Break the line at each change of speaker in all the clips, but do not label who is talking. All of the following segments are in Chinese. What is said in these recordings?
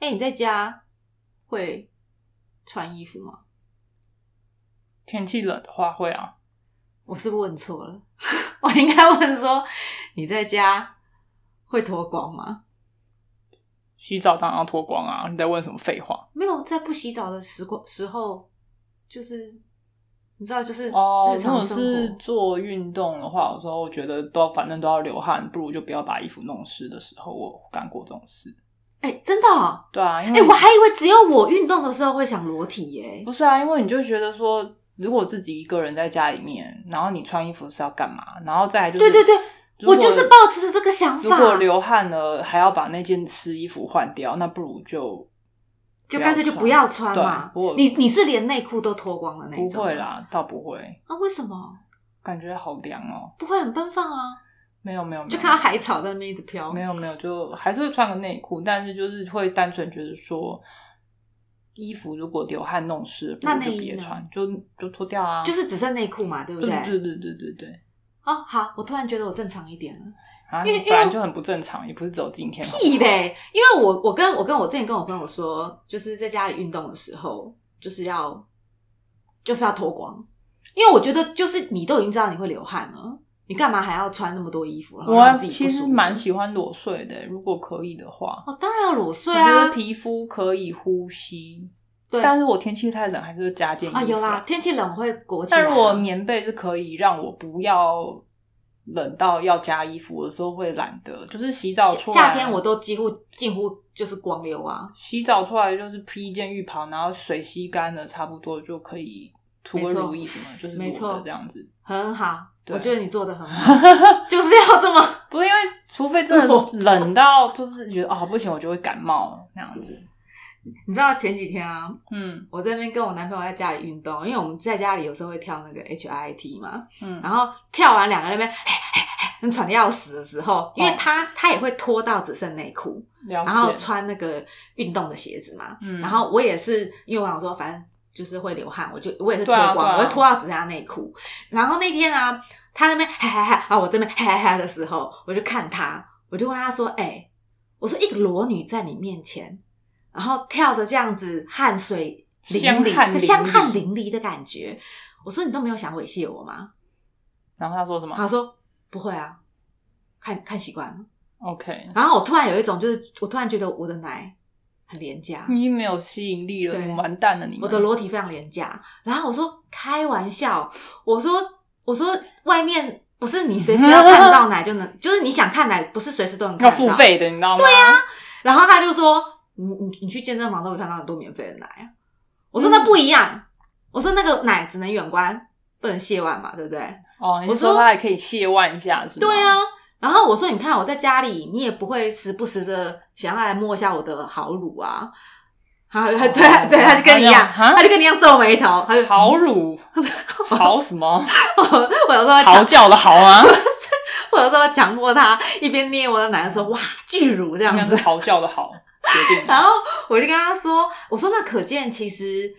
哎、你在家会穿衣服吗？
天气冷的话会啊，
我是不是问错了？ 我应该问说你在家会脱光吗？
洗澡当然要脱光啊！你在问什么废话？
没有，在不洗澡的时光时候，就是你知道，就是
哦
日，
如
常
果
生
是
活。
做运动的话，有时候觉得都反正都要流汗，不如就不要把衣服弄湿的时候，我有干过这种事。
哎、真的、哦？
对啊，因
哎、
为、
我还以为只有我运动的时候会想裸体耶、
不是啊，因为你就觉得说，如果自己一个人在家里面，然后你穿衣服是要干嘛？然后再来就
对
是，
对对，
如果
我就是抱持着这个想
如
法，
果流汗了还要把那件湿衣服换掉，那不如就
就干脆就不要穿嘛
对我。
你你是连内裤都脱光的那
不
种？
会。啦，倒不会，
啊，为什么？
感觉好凉哦。
不会很奔放啊？
没有没有，没有
就看到海草在那边一直飘。
没有没有，就还是会穿个内裤，但是就是会单纯觉得说，衣服如果流汗弄湿，不
那
如就
内衣
别
呢
穿，就就脱掉啊。
就是只剩内裤嘛，对不
对
对？
对对对对对，
哦，好，我突然觉得我正常一点了。
啊，
因为
你本来就很不正常，也不是只有今天。
屁嘞！因为我我跟我跟我之前跟我朋友说，就是在家里运动的时候，就是要就是要脱光，因为我觉得就是你都已经知道你会流汗了，你干嘛还要穿那么多衣服？然后
我啊
让自己
其
不舒
实
服
蛮喜欢裸睡的，欸如果可以的话。
哦，当然要裸睡
我觉
啊
得，皮肤可以呼吸，
对
但是我天气太冷，还是会加件衣服。
啊有啦，。天气冷会裹起来
但
啊。
如果棉被是可以让我不要冷到要加衣服，有时候会懒得，就是洗澡出
夏夏
来。
天我都几乎近乎就是光流啊，
洗澡出来就是披一件浴袍，然后水吸干了，差不多就可以涂个
没错
乳液什么，就是
没
裸
错
的这样子。
很好，
对
我觉得你做的很好，就是要这么。
不是因为，除非真的冷到就是觉得哦不行，我就会感冒那样子。
你知道前几天啊，
嗯
我在那边跟我男朋友在家里运动，因为我们在家里有时候会跳那个 H I T 嘛，
嗯
然后跳完两个人在那边很喘的要死的时候，因为
哦
他、他也会脱到只剩内裤，
了
然后
解。
穿那个运动的鞋子嘛，
嗯
然后我也是因为我想说反正就是会流汗，我就我也是脱
对啊
光，
对啊
我会脱到只剩下内裤，然后那天啊，他那边哈哈哈，啊我这边哈哈哈的时候，我就看他，我就问他说，哎、我说一个裸女在你面前，然后跳的这样子，汗水淋
香
漓，
汗淋漓
香汗淋漓的感觉。我说你都没有想猥亵我吗？
然后他说什么
他说不会啊，看看习惯了。
？OK，
然后我突然有一种就是，我突然觉得我的奶很廉价，
你没有吸引力了，
对
你完蛋了，你们
我的裸体非常廉价。然后我说开玩笑，我说我说外面不是你随时要看得到奶就能， 就是你想看奶不是随时都能
要
看得到。
付费的，你知道吗？对
啊
呀、
然后他就说：“你你你去健身房都会看到很多免费的奶啊。”我说：“
嗯
那不一样。我说：“那个奶只能远观，不能亵玩嘛，对不对
哦，你
我
是说
说
他也可以卸腕一下是？”吗？
对啊。然后我说：“你看我在家里，你也不会时不时的想要来摸一下我的好乳啊。”他他对
哦
对，他就跟你一样，
他这样哈
他就跟你一样皱眉头，他就
好乳，好什么？
我我有时候
嚎
强，
叫的嚎啊，
我有时候强迫他一边捏我的奶，说：“哇，巨乳 这样
应该
子。”
是嚎叫的嚎决定 的。
然后我就跟他说：“我说那可见其实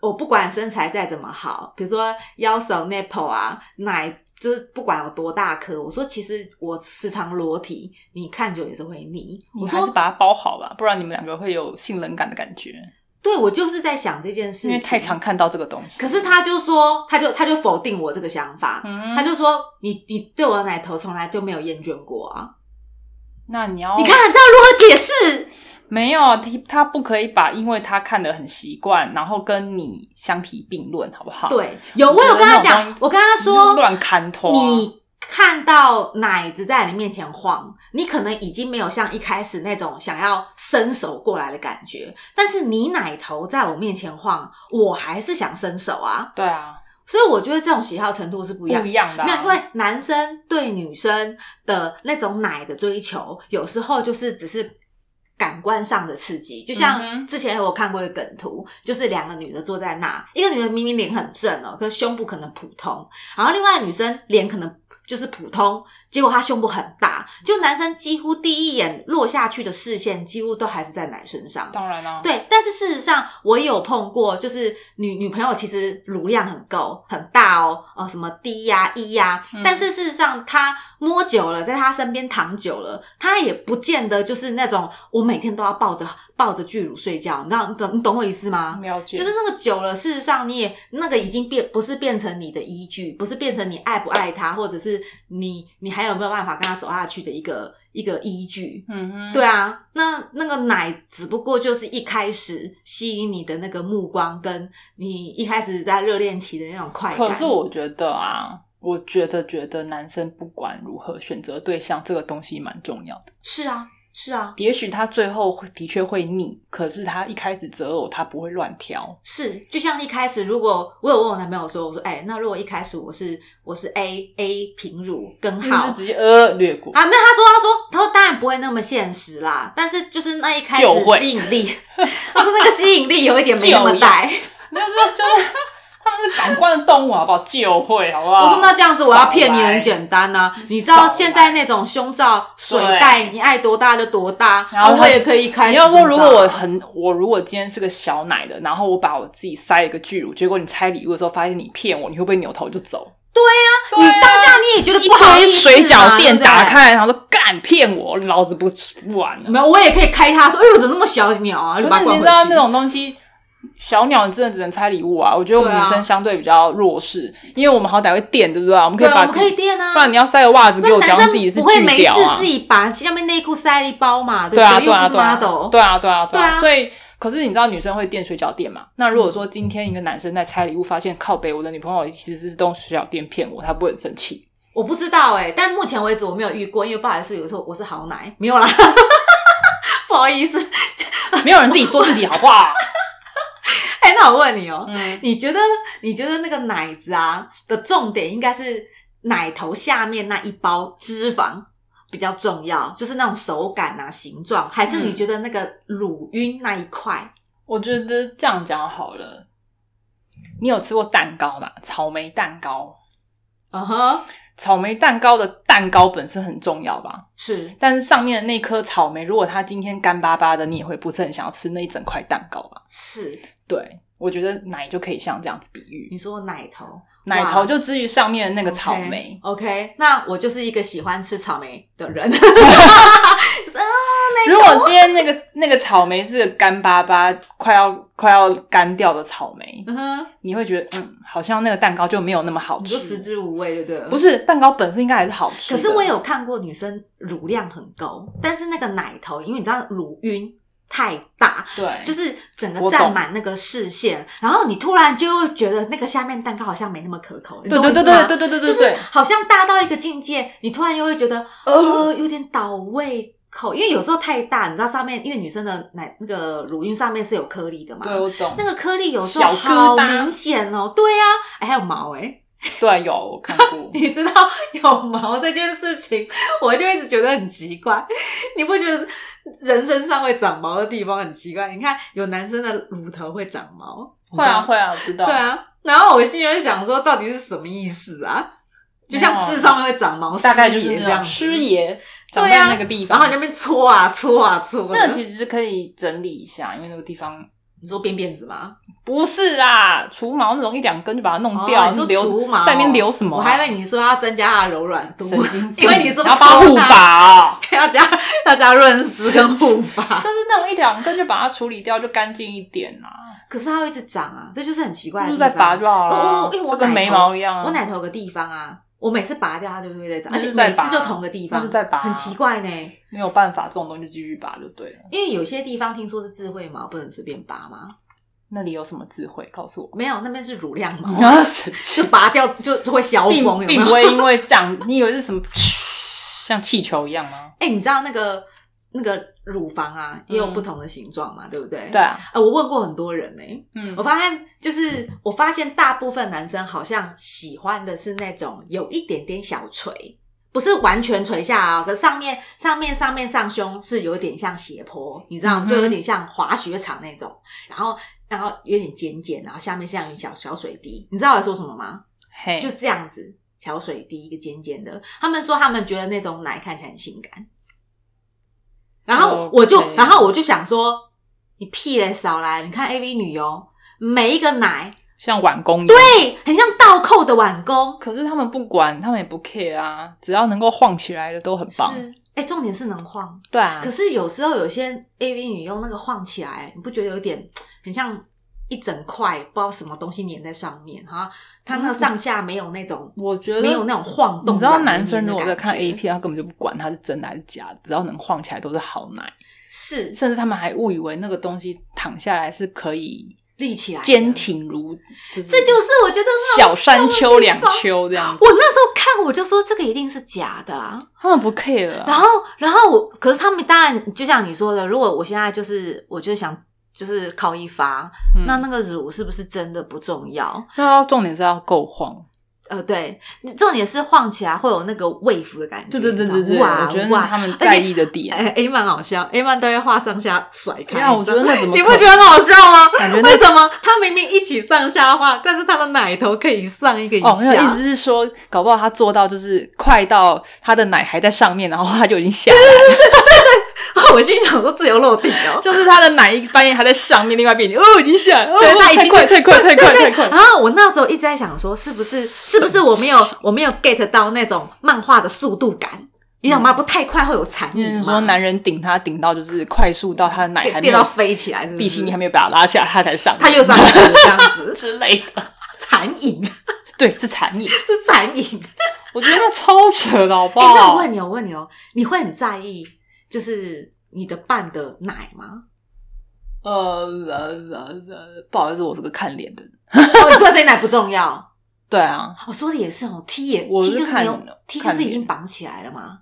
我不管身材再怎么好，比如说腰手 nipple 啊，奶就是不管有多大颗，我说其实我时常裸体，你看久也是会腻。
你
我
还是
说
把它包好吧，不然你们两个会有性冷感的感觉，
对，我就是在想这件事情，
因为太常。看到这个东西。
可是，他就说，他就他就否定我这个想法，
嗯
他就说你你对我的奶头从来就没有厌倦过啊。
那你要
你看这样如何解释？
没有啊他他不可以把，因为他看得很习惯，然后跟你相提并论，好不好？，
对，有
哦我
我
觉
有
得
跟他
那种东
讲
西，
我跟他
你
说
就乱砍头啊
你看到奶子在你面前晃，你可能已经没有像一开始那种想要伸手过来的感觉，但是你奶头在我面前晃，我还是想伸手啊。
对啊，
所以我觉得这种喜好程度是不
不
一样的
一样的、
没有，
啊，
因为男生对女生的那种奶的追求，有时候就是只是感官上的刺激。就
嗯
像
哼
之前我看过一个梗图，就是两个女的坐在那，一个女的明明脸很正哦，可是胸部可能普通，然后另外的女生脸可能就是普通，结果他胸部很大，就男生几乎第一眼落下去的视线几乎都还是在奶身上。
当然啦、
对，但是事实上，我也有碰过，就是女女朋友其实乳量很够很大哦，呃，什么 D 呀、E 呀、
嗯
但是事实上，她摸久了，在她身边躺久了，她也不见得就是那种我每天都要抱着抱着巨乳睡觉，你知道，你懂你懂我意思吗？
了解，
啊就是那个久了，事实上你也那个已经变不是变成你的依据，不是变成你爱不爱他，或者是你你还有没有办法跟他走下去的一个一个依据。
嗯哼，
对啊，那那个奶只不过就是一开始吸引你的那个目光，跟你一开始在热恋期的那种快感。
可是我觉得啊，我觉得觉得男生不管如何选择对象，这个东西蛮重要的。
是啊，是啊，
也许他最后会的确会腻，可是他一开始择偶他不会乱挑。
是，就像一开始，如果我有问我男朋友说，我说，哎、那如果一开始我是我是 A A 平乳更
他
嗯好
就直接呃略过，
啊，没有，他说他说他说当然不会那么现实啦，但是就是那一开始
就会
吸引力， 他说那个吸引力有一点没那么
就
大。
没有就是就是他们是感官的动物，好不好？就会好不好？
我说那这样子我要骗你
少来
很简单呐、你知
啊少
道
来
现在那种胸罩、水袋，你爱多大就多大，
然后
啊
他
我也可以开始。
你要说，如果我很我如果今天是个小奶的，然后我把我自己塞一个巨乳，结果你拆礼物的时候发现你骗我，你会不会扭头就走？
你当下你也觉得
啊一
不好意
堆
思
水饺店打
嘛，
开，然后说干骗我，老子不不玩
对不
了
对。没有，我也可以开它说，哎呦，怎么那么小鸟啊？就
可
把它
是你
关
知
回
道
去。
那种东西，小鸟你真的只能拆礼物啊。我觉得我们
对啊
女生相对比较弱势，因为我们好歹会垫，对不对啊？我们可
对
以
啊，我
把，
们可以垫啊。
不然你要塞个袜子给我，
那男
假
生
装自己是
不会
巨
没事
屌啊
自。己把下面内裤塞一包嘛，对不
对啊，
又
对
不
啊，
是
对啊，
model。
对啊，对啊，对
对啊
啊。所以，可是你知道女生会垫水饺店嘛？那如果说今天一个男生在拆礼物，发现靠北，我的女朋友其实是用水饺店骗我，他不会很生气。
我不知道哎、但目前为止我没有遇过，因为不好意思，有时候我是好奶， 没有啦，不好意思。
没有人自己说自己好不好？
哎、那我问你哦、
嗯，
你觉得你觉得那个奶子啊的重点应该是奶头下面那一包脂肪比较重要，就是那种手感啊、形状，还是你
嗯
觉得那个乳晕那一块？
我觉得这样讲好了。你有吃过蛋糕吧？草莓蛋糕。
嗯
Uh-huh
哼，
草莓蛋糕的蛋糕本身很重要吧，
是
但是上面的那颗草莓，如果它今天干巴巴的，你也会不是很想要吃那一整块蛋糕吧？
是，
对，我觉得奶就可以像这样子比喻，
你说奶头
奶头就至于上面的那个草莓。
OK，, 那我就是一个喜欢吃草莓的 人。就是啊
如果今天那个那个草莓是干巴巴、快要快要干掉的草莓，
嗯哼，
你会觉得嗯，好像那个蛋糕就没有那么好
你
吃
说。食之无味，对不对？
不是蛋糕本身应该还是好吃
可
的，
是我有看过女生乳量很高，但是那个奶头，因为你知道乳晕太大，
对，
就是整个
我懂
占满那个视线，然后你突然就会觉得那个下面蛋糕好像没那么可口，你
对
懂我
对对
意思
对
吗
对对对对
就是
对，
好像大到一个境界，你突然又会觉得
呃
呃有点倒胃口，因为有时候太大，你知道上面因为女生的奶那个乳晕上面是有颗粒的嘛，
对我懂
那。个颗粒有时候
小疙
好
瘩
明显哦，对呀、啊，哎还有毛哎、。
对，有我看过
你知道有毛这件事情，我就一直觉得很奇怪。你不觉得人身上会长毛的地方很奇怪？你看，有男生的乳头会长毛，
会啊，会啊，我知道。
对啊。然后我心里就想说，到底是什么意思啊？就像痣上面会长毛，
大概
师
就是
爷这
那
样
样，
子
师，爷长
对
在
啊
那个地
然
方，
后你那边搓啊搓啊搓的。
那其实是可以整理一下，因为那个地方
你说编辫子吗？
不是啦，除毛那种一两根就把它弄掉，
哦你说
留
除毛
在那边留什么啊？
我还以为你说要增加它的柔软度，
神经病，
因为你说
要帮护
搓它
发哦，
要加要加润丝跟护发
就。是那种一两根就把它处理掉，就干净一点啦，
可是它会一直长啊，这就是很奇怪的
就
地方。
是再拔就好
哦
了，
因为我
就跟
奶
眉
头
毛一样啊。
我奶头有个地方啊，我每次拔掉它就会再长，
那
而
就
且
再
每
拔
次就同个地
那
方，
就再拔啊
很奇怪呢。
没有办法，这种东西就继续拔就对了。
因为有些地方听说是智慧毛，不能随便拔嘛。
那里有什么智慧？告诉 我。
没有，那边是乳量
你 要
毛，
神
就
经，
拔掉就就会消风，
啊并
有没
并
有
不？会因为这样，你以为是什么像气球一样吗？
哎、你知道那个那个乳房啊，也有
嗯
不同的形状嘛，对不对？哦
对。啊，
呃，我问过很多人呢、
嗯
我发现就是我发现大部分男生好像喜欢的是那种有一点点小垂，不是完全垂下啊、可是上面上面上面上胸是有点像斜坡，你知道吗？
嗯哼
就有点像滑雪场那种，然后然后有点尖尖，然后下面像有小小水滴，你知道我在说什么吗？
嘿，
就这样子。小水滴，一个尖尖的。他们说他们觉得那种奶看起来很性感。然后
哦 OK
我就然后我就想说，你屁嘞，少来！你看 A V 女优，每一个奶
像碗工一样。对，
哎很像倒扣的碗工，
可是他们不管，他们也不 care 啊，只要能够晃起来的都很棒。
是哎、重点是能晃。
对啊
可是有时候有些 A V 女优那个晃起来，你不觉得有点很像一整块不知道什么东西粘在上面哈？它
嗯
那个上下没有那种
我觉得
没有那种晃动
你知道
软绵
男生
绵的
如果在看
感觉
A 片，他根本就不管它是真的还是假的，只要能晃起来都是好奶。
是
甚至他们还误以为那个东西躺下来是可以
立起来的
坚，挺如，就是
这就是我觉得很好
小山
笑
丘
的地
两
方。
丘这样子。
我那时候看我就说这个一定是假的啊，
他们不 care 啊
然后然后我可是他们当然就像你说的，如果我现在就是我就想就是靠一发，
嗯
那那个乳是不是真的不重要？
那要重点是要够晃，
呃，对，重点是晃起来会有那个胃服的感觉，
对对对对
你知
对，
道哇
我觉得那是
哇，
他们
而且
在意的点。
哎，A 曼好笑，A 曼都会画上下甩开，
对啊，我觉得那怎么
你不
可
觉得很好笑吗？
感觉那
为什么他明明一起上下画，但是他的奶头可以上一个以
哦，没有，
下？
意思是说，搞不好他做到就是快到他的奶还在上面，然后他就已 经下来了，
我心想说自由落体哦，
就是他的奶一半夜还在上面，另外一边已经哦已经下来了，哦
对他已
太
经
快太快太快
对
太
对，
快，
然后我那时候一直在想说，是不是是不是我没有我没有 get 到那种漫画的速度感？你懂吗？不太快会有残
嗯就
影
是
吗？
说男人顶他顶到就是快速到他的奶还
电
没
电
有
到飞起来是不是，
比基尼还没有把他拉下来，他才上，
他又上去了这样 子，
之类的，
残影
对，是残影，
是残影。
我觉得那超扯的好不
哎、那我
好？
问你哦，我问你哦，你会很在意就是你的伴的奶 吗？
呃呃呃呃，不好意思，我是个看脸的人，
哦，你说这奶不重要。
对啊，
我、说的也是哦，T 也
我
T
是
就是
看
没有 T 就
看
是已经
脸
绑起来了吗？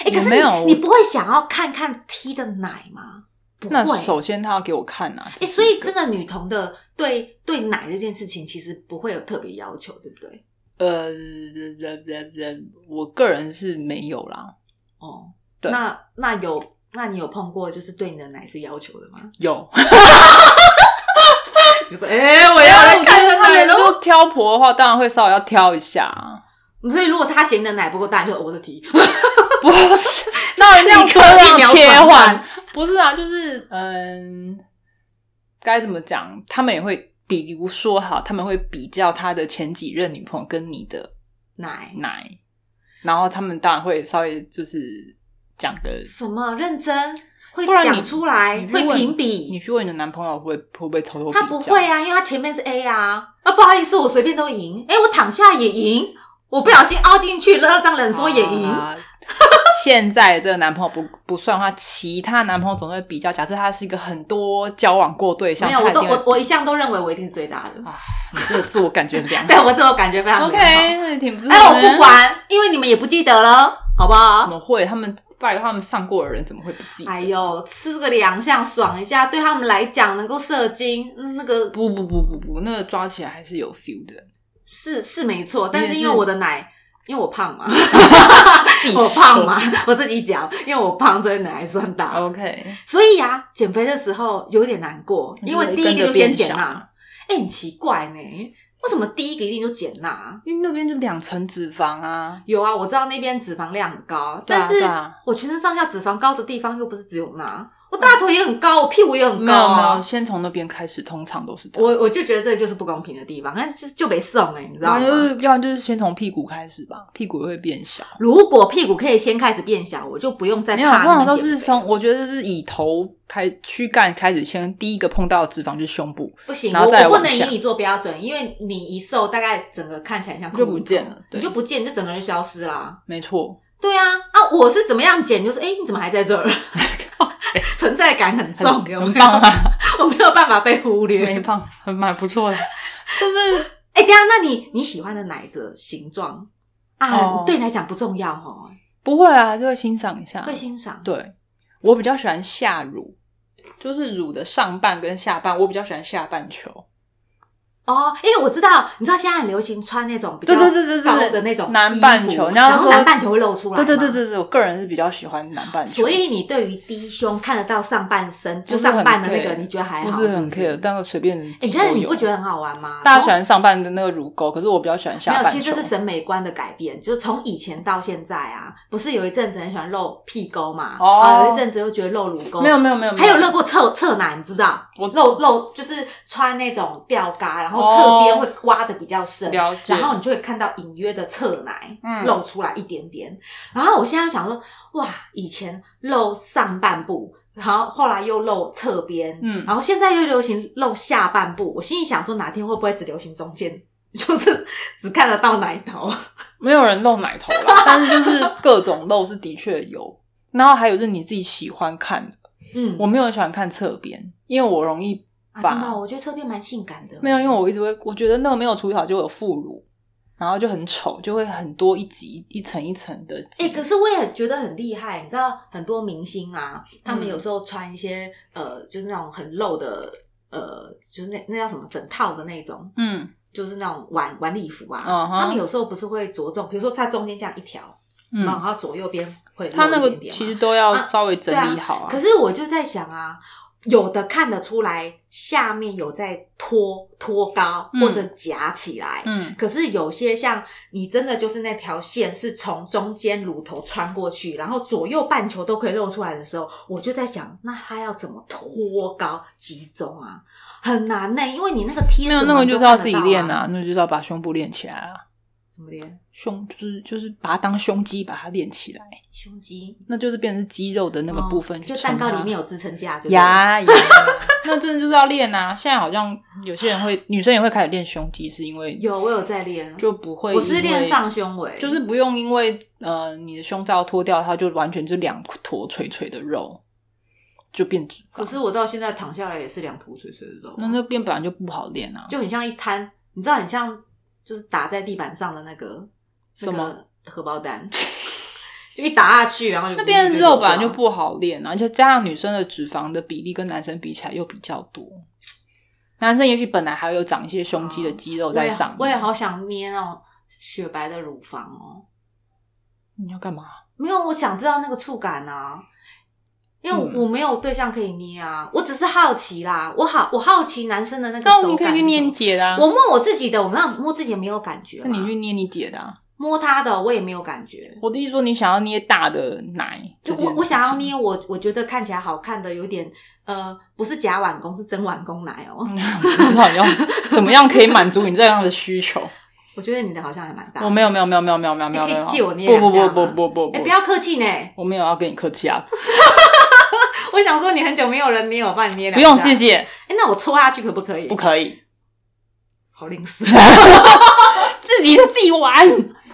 哎、
也
可是
没有
你你不会想要看看 T 的奶吗？不
那
会。
首先他要给我看啊，
哎、
这是
所
一
以
个
真的女童的对对奶这件事情，其实不会有特别要求，对不对？
呃，我个人是没有啦，
哦，
对
那那有，那你有碰过就是对你的奶是要求的 吗？
有。
你说，哎、我
我觉得他们就挑婆的话，当然会稍微要挑一 下啊。
所以如果他嫌你的奶不够大，你就我的题。
不是， 那 人家说要切换，不是啊，就是嗯，该怎么讲？他们也会，比如说哈，他们会比较他的前几任女朋友跟你的
奶
奶，然后他们当然会稍微就是讲个，
什么认真会
不然你
讲出来，
你去
会
问
评
你
比，
去问你的男朋友会会不会偷偷比较？
他不会啊，因为他前面是 A 啊，啊不好意思，我随便都赢，哎、我躺下也赢，我不小心凹进去，那张冷缩也赢。
啊现在这个男朋友不不算的话，其他男朋友总会比较。假设他是一个很多交往过对象，
没有，
他
我
一
都
定会
我我一向都认为我一定是最大的，
啊， 你这个自我感觉很良好。
对我这种感觉非 常美好。
OK，那也嗯挺不错。
哎，我不， 管，因为你们也不记得了，好不
怎
好？
么会？他们拜托他们上过的人怎么会不记得？
哎呦，吃个两项爽一下，对他们来讲能够射精，嗯那个
不不不不不，那个抓起来还是有 feel 的。
是是没错，但
也
是因为
是
我的奶，因为我胖嘛，
自己
我胖
说
嘛， 我自己讲，因为我胖，所以奶还算大。
？OK，
所以呀、减肥的时候有点难过，因为第一个就先减
跟着变小
钠。哎、很奇怪呢，为什么第一个一定就减钠啊？
因为那边就两层脂肪啊。
有啊，我知道那边脂肪量很高，
对啊
但是
对啊
我全身上下脂肪高的地方又不是只有钠，我大腿也很高，我屁股也很
没
高
有没有，
啊。
先从那边开始，通常都是这样。
我我就觉得这就是不公平的地方，但是就被送哎、你知
然
道
后
吗？
就是，要然就是先从屁股开始吧，屁股会变小。
如果屁股可以先开始变小，我就不用再
没有，
怕
通
那
常
么
都
减
是
肥
从我觉得是以头开躯干开始，先第一个碰到的脂肪就是胸部，
不行，
然后
我
再
我不
往
能以
下
你做标准，因为你一瘦，大概整个看起来像
就不
骷髅头
见了对
你就不见，你就整个人消失啦。
没错。
对啊，啊，我是怎么样减，就是哎、诶你怎么还在 这儿？ 存在感很重，有
哦哎很
没
棒
有？
啊，
我没有办法被忽略。
没棒，很蛮不错的，就是
哎、等一下，那你你喜欢的奶的形状啊，
哦
对你来讲不重要哦，
不会啊，就会欣赏一下。
会欣赏。
对我比较喜欢下乳，就是乳的上半跟下半，我比较喜欢下半球。
哦，因为我知道，你知道现在很流行穿那种比较
对对对对对
高的那种
南
衣
半
服
球然后
然后
说
南半球会露出来，
对对对。对对，我个人是比较喜欢南半球，
所以你对于低胸看得到上半身，就是
很
上半的那
care，
个，你觉得还
不
好？
是
是
很
不
care，但是随便
哎
挤
但是
都
你
有
不觉得很好玩吗？
大家
从
喜欢上半的那个乳沟，可是我比较喜欢下
没有，
半
其实
球
这。是审美观的改变，就是从以前到现在啊，不是有一阵子很喜欢露屁沟嘛，
哦
啊有一阵子又觉得露乳沟，
没有没有没有，没
还有露过侧侧奶，你知道？
我
露露就是穿那种吊嘎，然后侧边
哦
会挖的比较深，
了解，
然后你就会看到隐约的侧奶
嗯
露出来一点点。然后我现在想说，哇，以前露上半部，然后后来又露侧边，
嗯
然后现在又流行露下半部。我心里想说，哪天会不会只流行中间， 就是只看得到奶 头？
没有人露奶头啦， 但是就是各种露是的确有。然后还有就是你自己喜欢看的，
嗯，
我没有很喜欢看侧边，因为我容易
啊，
把
真的哦、我觉得侧边蛮性感的。
没有，因为我一直会我觉得那个没有处理好就会有副乳，然后就很丑，就会很多一级一层一层的挤。
哎、可是我也觉得很厉害，你知道很多明星啊，他们
嗯
有时候穿一些、呃，就是那种很露的，呃，就是那那叫什么整套的那种，
嗯
就是那种晚晚礼服啊
嗯哼
他们有时候不是会着重，比如说它中间这样一条，然
嗯，
后它左右边会
它那
露一
个
点点嘛
其实都要
啊
稍微
对
整
啊
理好啊。
可是我就在想啊，有的看得出来下面有在托托高
嗯
或者夹起来。
嗯，
可是有些像你真的就是那条线是从中间乳头穿过去，然后左右半球都可以露出来的时候，我就在想，那它要怎么托高集中啊？很难呢、因为你那个贴
没有
什
那
么
个
你
就
都
是要
看得
自己
到
练
啊，
啊，那个就是要把胸部练起来啊，
怎么练？
胸就是就是把它当胸肌把它练起来，啊
胸肌
那就是变成是肌肉的那个部分
哦
去
就
撑
蛋
它。
糕里面有支撑架，对不对？
呀呀， 那真的就是要练啊！现在好像有些人会，女生也会开始练胸肌，是因为
有我有在练，
就不会因为，
我是练上胸围，
就是不用因为呃你的胸罩脱掉，它就完全就两坨垂垂的肉，就变脂
可
肪，
是我到现在躺下来也是两坨垂垂的肉啊，
那那变本来就不好练啊。
就很像一滩，你知道，很像就是打在地板上的那个
什么
那个荷包蛋，就一打下去，然后就
那边的肉本来就
不。
不好练啊，而且加上女生的脂肪的比例跟男生比起来又比较多，男生也许本来还有长一些胸肌的肌肉在上面。
哦我也我也好想捏那种雪白的乳房哦。
你要干嘛？
没有，我想知道那个触感啊，因为
嗯
我没有对象可以捏啊，我只是好奇啦。我好，我好奇男生的那个
那
手
你可
感
以去
是
捏
什
你
么
姐的、啊，
我摸我自己的，我那摸自己也没有感觉
那
嘛。
你去捏你姐的、啊。
摸他的，我也没有感觉。
我的意思说，你想要捏大的奶这
就
件事情，
我我想要捏我我觉得看起来好看的，有点呃，不是假碗工，是真碗工奶哦。
嗯，不知道你要怎么样可以满足你这样的 需求。
我觉得你的好像还蛮大。
我没有没有没有没有没有没有没有，
你可以
没有
借我捏
不
两
不
下
不不
吗
不不
哎、
不
不，要客气呢。
我没有要跟你客气啊，
我想说你很久没有人捏，我帮你捏两
不
下。
用谢。谢，
哎、那我戳下去可不可以？
不可以，
好吝啬。
自己自己玩。